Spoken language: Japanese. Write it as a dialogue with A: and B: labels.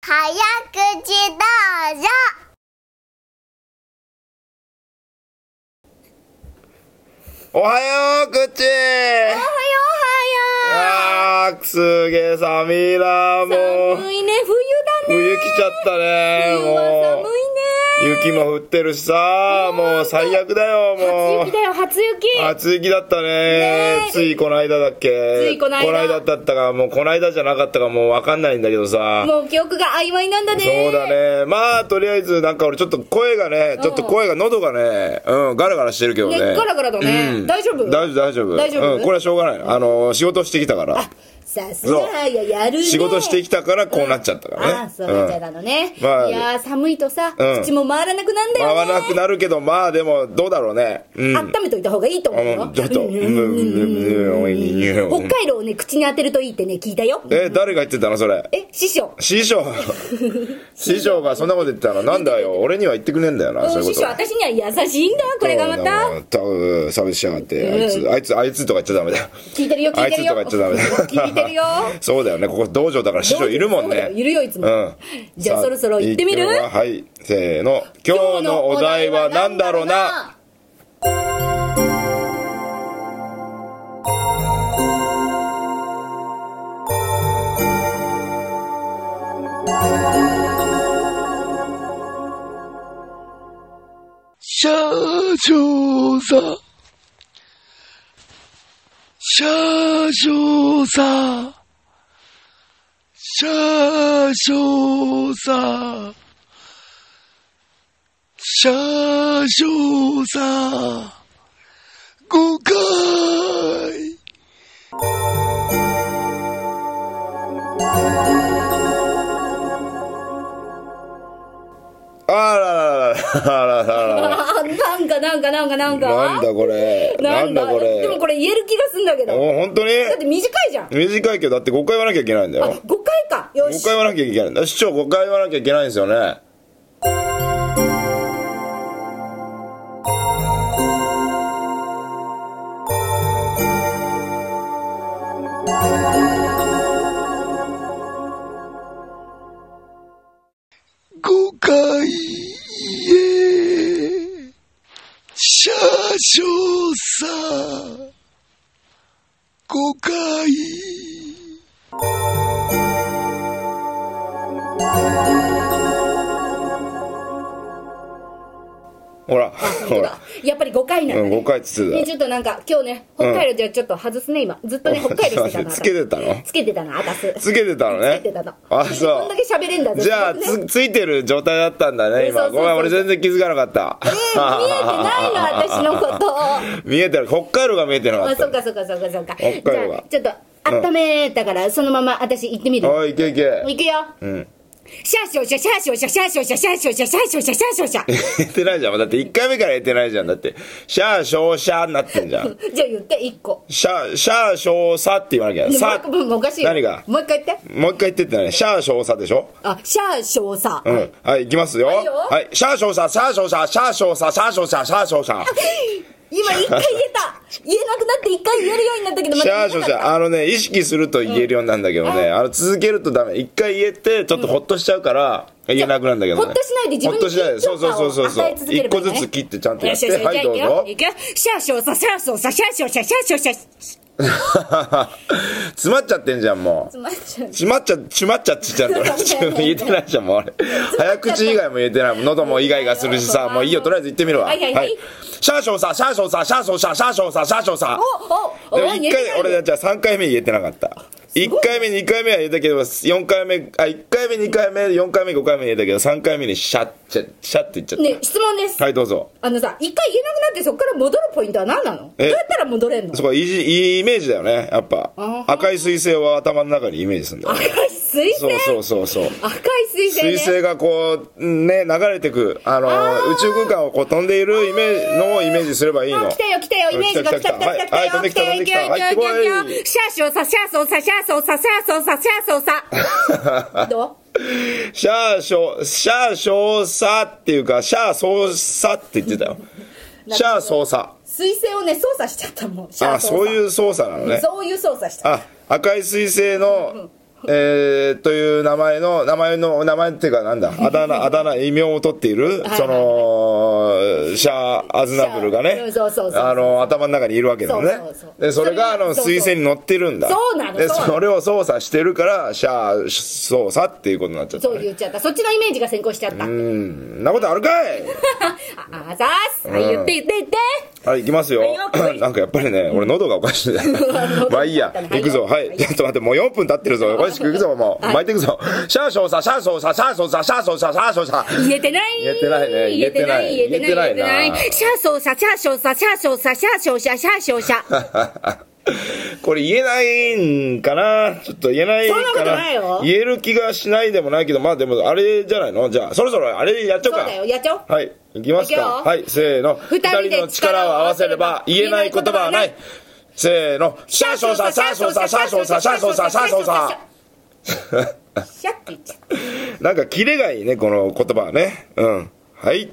A: 早口どうぞ。
B: おはよう、くっち
C: おはよう、お
B: あ
C: はよ
B: ー、すげえ寒いな
C: う。
B: もう。
C: 寒いね、冬だ
B: 冬
C: ね。
B: 来ちゃったね、
C: 冬は
B: も
C: 寒
B: う。雪も降ってるしさ、もう最悪だよ、
C: いね。
B: も
C: 初雪
B: う
C: だ。よ、初雪。
B: 初雪だった
C: ね
B: ね
C: え
B: ついこの間だっけ
C: ついこの間
B: だったかもうこの間じゃなかったかもう分かんないんだけどさ
C: もう記憶が曖昧なんだ
B: そ
C: ね。
B: うだ。ねまあとりあえずなんか俺ちょっと声がねちょっと声が喉がねうんガラガラしてるけどね
C: ねガラガラだね
B: うん
C: 大丈夫
B: 大丈夫大丈夫
C: 大丈夫
B: うんこれはしょうがないあの仕事してきたから
C: さすがや、やるね。
B: 仕事してきたからこうなっちゃったからね
C: ああ、そうなっちゃっ
B: ん
C: たのね。い
B: まあ
C: やー、寒いとさ、
B: うん
C: 口も回らなくなんだよ
B: 合
C: ね。
B: わなくなるけどまあでもどうだろうねうん
C: 温めといた方がいいと思う
B: あ
C: よ。
B: ちょっと
C: うん
B: うん
C: 北海道をね、口に当てるといいってね、聞いたよ。
B: え誰が言ってたのそれ
C: え、師匠。
B: 師 匠師匠がそんなこと言ってたらなんだよ俺には言ってくれんだよなそううんいうこ
C: 師
B: と
C: 匠、私には優しいんだ。これがまた。
B: たうん差別しやがってあいつ、
C: うん
B: あいつあいつとか言っちゃダメだよ
C: 聞いてるよ、聞
B: あ
C: い
B: い
C: てる
B: つと
C: よ。
B: か言っちゃダメだよ
C: 聞いてるよ。
B: そうだよねここ道場だから師匠いるもん
C: そうだ
B: ね
C: よいるよ、いつも。
B: うん
C: じゃあ
B: さ
C: そろそろ行ってみる
B: 行よはいせーの 今日のお題は何だろうな
D: 社長さん。社長さん。社長さん。社長さん。誤解。
B: あららららららら
C: あ、なんかなんかなんかなんか。
B: なんだこれなんだこれ
C: でもこれ言える気がすんだけど。
B: お本当に
C: だって短いじゃん。
B: 短いけどだって5回言わなきゃいけないんだ
C: あ、
B: よ
C: 5回か。よ
B: 5
C: し。
B: 回言わなきゃいけないんだ市長5回言わなきゃいけないんですよね
D: 誤解へ車掌さん誤解
B: ほら
C: ほ
B: ほら
C: らやっぱり5回なん
B: う
C: だ
B: ん
C: ね
B: 5回っつって
C: ね
B: た
C: ち
B: よ
C: ょっとなんか今日ね北海道じゃちょっと外すね今ずっとね北海道してたの
B: つけてたの
C: つけてたのあたす
B: つけてたのね
C: つけてたの
B: あ
C: こ
B: そ
C: んだけ喋れんだ
B: う
C: ぞ
B: じゃあ
C: ね
B: つついてる状態だったんだね
C: そうそ
B: 今
C: うそう
B: ごめん俺全然気づかなかった
C: えー見えてないの私のこと
B: 見えてる北海道が見えてなか
C: あ
B: った
C: そうかそうかそうかそうか
B: 北海
C: じ
B: 道
C: ゃ
B: が
C: あちょっと温めたからそのまま私行ってみる
B: おいいけいけ
C: 行くよ
B: うん
C: シャーショーシャシャーショーシャシャーショーシャシャーショーシャシャーショーシャシャーショーシャ
B: 言ってないじゃんだって1回目から言ってないじゃんだってシャーショーシャーになってんじゃ ん
C: じゃあ言って一個
B: シャーシャーショーサって言わなきゃ
C: でも
B: さ
C: もうおかしいよ
B: 何が
C: もう一回言って
B: もう一回言ってってねシャーショーサでしょ
C: あシャーショーさ
B: うんはいいきますよ
C: はいよ
B: はいシャーショーサシャーショーサシャーショーサシャーショーサシャーショーサ
C: 今一回言えた言えなくなって一回言えるようになったけどま
B: シャ
C: だ
B: ーシ
C: 言
B: ョー
C: えな
B: シ
C: か
B: ャ
C: っ
B: ーあのね意識すると言えるようになるんだけどね、あの続けるとダメ一回言えてちょっとホッとしちゃうから、言えなくなるんだけど、ね、
C: ほっとしないで自分に
B: ほっとしないでそうそうそうそうそう
C: 緊張感を与え続け
B: 一
C: れば
B: 個
C: いい
B: ず
C: ね
B: つ切ってちゃんと
C: た
B: や
C: よ
B: っ
C: しよしてよ
B: は
C: し
B: い
C: じゃ
B: ど
C: あ
B: うぞ
C: いくよいくよシャーショーさシャーショーさシャーショーさシャーショーさシャーショーさ
B: 詰まっちゃってんじゃんもう
C: まっちゃう
B: 詰まっちゃ詰まっちゃってちゃうんだ
C: そうだね
B: 言えてないじゃん もうあれ早口以外も言えてないもん喉もイガイガするしさもういいよとりあえず言ってみるわ
C: はいはいはい
B: シャーショーサシャーショーサシャーショーサシャーショーサシャーショーサ
C: おお
B: で
C: お
B: も1回俺じゃあ3回目言えてなかった1回目2回目は言えたけど4回目あ1回目2回目4回目5回目言えたけど3回目にシャッシャッシャッって言っちゃった、
C: ね質問です
B: はいどうぞ
C: あのさ一回言えなくなってそこから戻るポイントは何なのどう
B: え
C: やったら戻れんの
B: そこいいじいいイメージだよねやっぱ
C: あー
B: 赤い彗星は頭の中にイメージするんだよ
C: 赤い
B: ね
C: 水星
B: そうそうそうそう
C: 赤い水
B: 水
C: 星ね
B: 星がこうね流れてくあの
C: あー
B: 宇宙空間をこう飛んでいるイメージのをイメージすればいい
C: あ
B: の
C: 来たよ来たよイメージが来た来た来た来た
B: はいはい
C: よ
B: 飛んできた飛んで
C: 来
B: き
C: た
B: た
C: よ
B: 入って
C: 来
B: こ
C: たよ来たよ来たよ
B: い
C: シャーショーさシャーショーさシャーショーさシャーショーさシャーショーさ
B: シャーショー、シャーショーサっていうか、シャーソーサって言ってたよ。シャーソーサ。
C: 水星をね操作しちゃったもんシャー
B: あ、
C: 操作
B: そういう操作なのね。
C: そういう操作した
B: あ、赤い彗星のえーという名前の、名前の、名前っていうかなんだ、あ だ名、あだ名、異名を取っている、
C: い
B: その、シャア・アズナブルがね
C: シャアそうそう、そう
B: あの、頭の中にいるわけだよね
C: そうそう。そう
B: で、それが、あ
C: それ
B: の、
C: そうそう
B: 推薦に乗ってるんだ。
C: そうなの
B: で、
C: そうなの
B: それを操作してるから、シャア操作っていうことになっちゃった
C: そう
B: ね。
C: 言っちゃった。そっちのイメージが先行しちゃった。
B: うん、なことあるかい
C: あ、あざーす。はい、言って言って言って。
B: はい、行きますよ
C: はいは。い
B: なんかやっぱりね、俺喉がおか しいねまあいいや、行くぞ。はい。ちょっと待って、もう4分経ってるぞ。よし、行くぞ、もう。
C: はい
B: 巻いていくぞ。シャーショーサ、シャーショーサ、シャーショーサ、シャーショーサ、シャーショーサ。
C: 言えてない
B: 言えてないね
C: 言えてない
B: 言えてない言え
C: 言えて
B: てないな
C: シャーソーサシャーショーサシャーショーサシャーショーシャシャーショーシャ
B: これ言えないんかなちょっと言えないかな
C: そんなことないよ
B: 言える気がしないでもないけど、まあでもあれじゃないのじゃあ、そろそろあれやっちゃおう
C: そう
B: か。
C: だよやっちゃおう
B: はい。行きますか。
C: 行くよ
B: はい、せーの。
C: 二人で力を合わせれば
B: 言えない言葉はない。せーの。シャーショーサ、シャーショーサ、シャーショーサ、シャーショーサ、シャーショーサ。
C: シャって言っちゃっ
B: なんかキレがいいね、この言葉はね。うん。はい。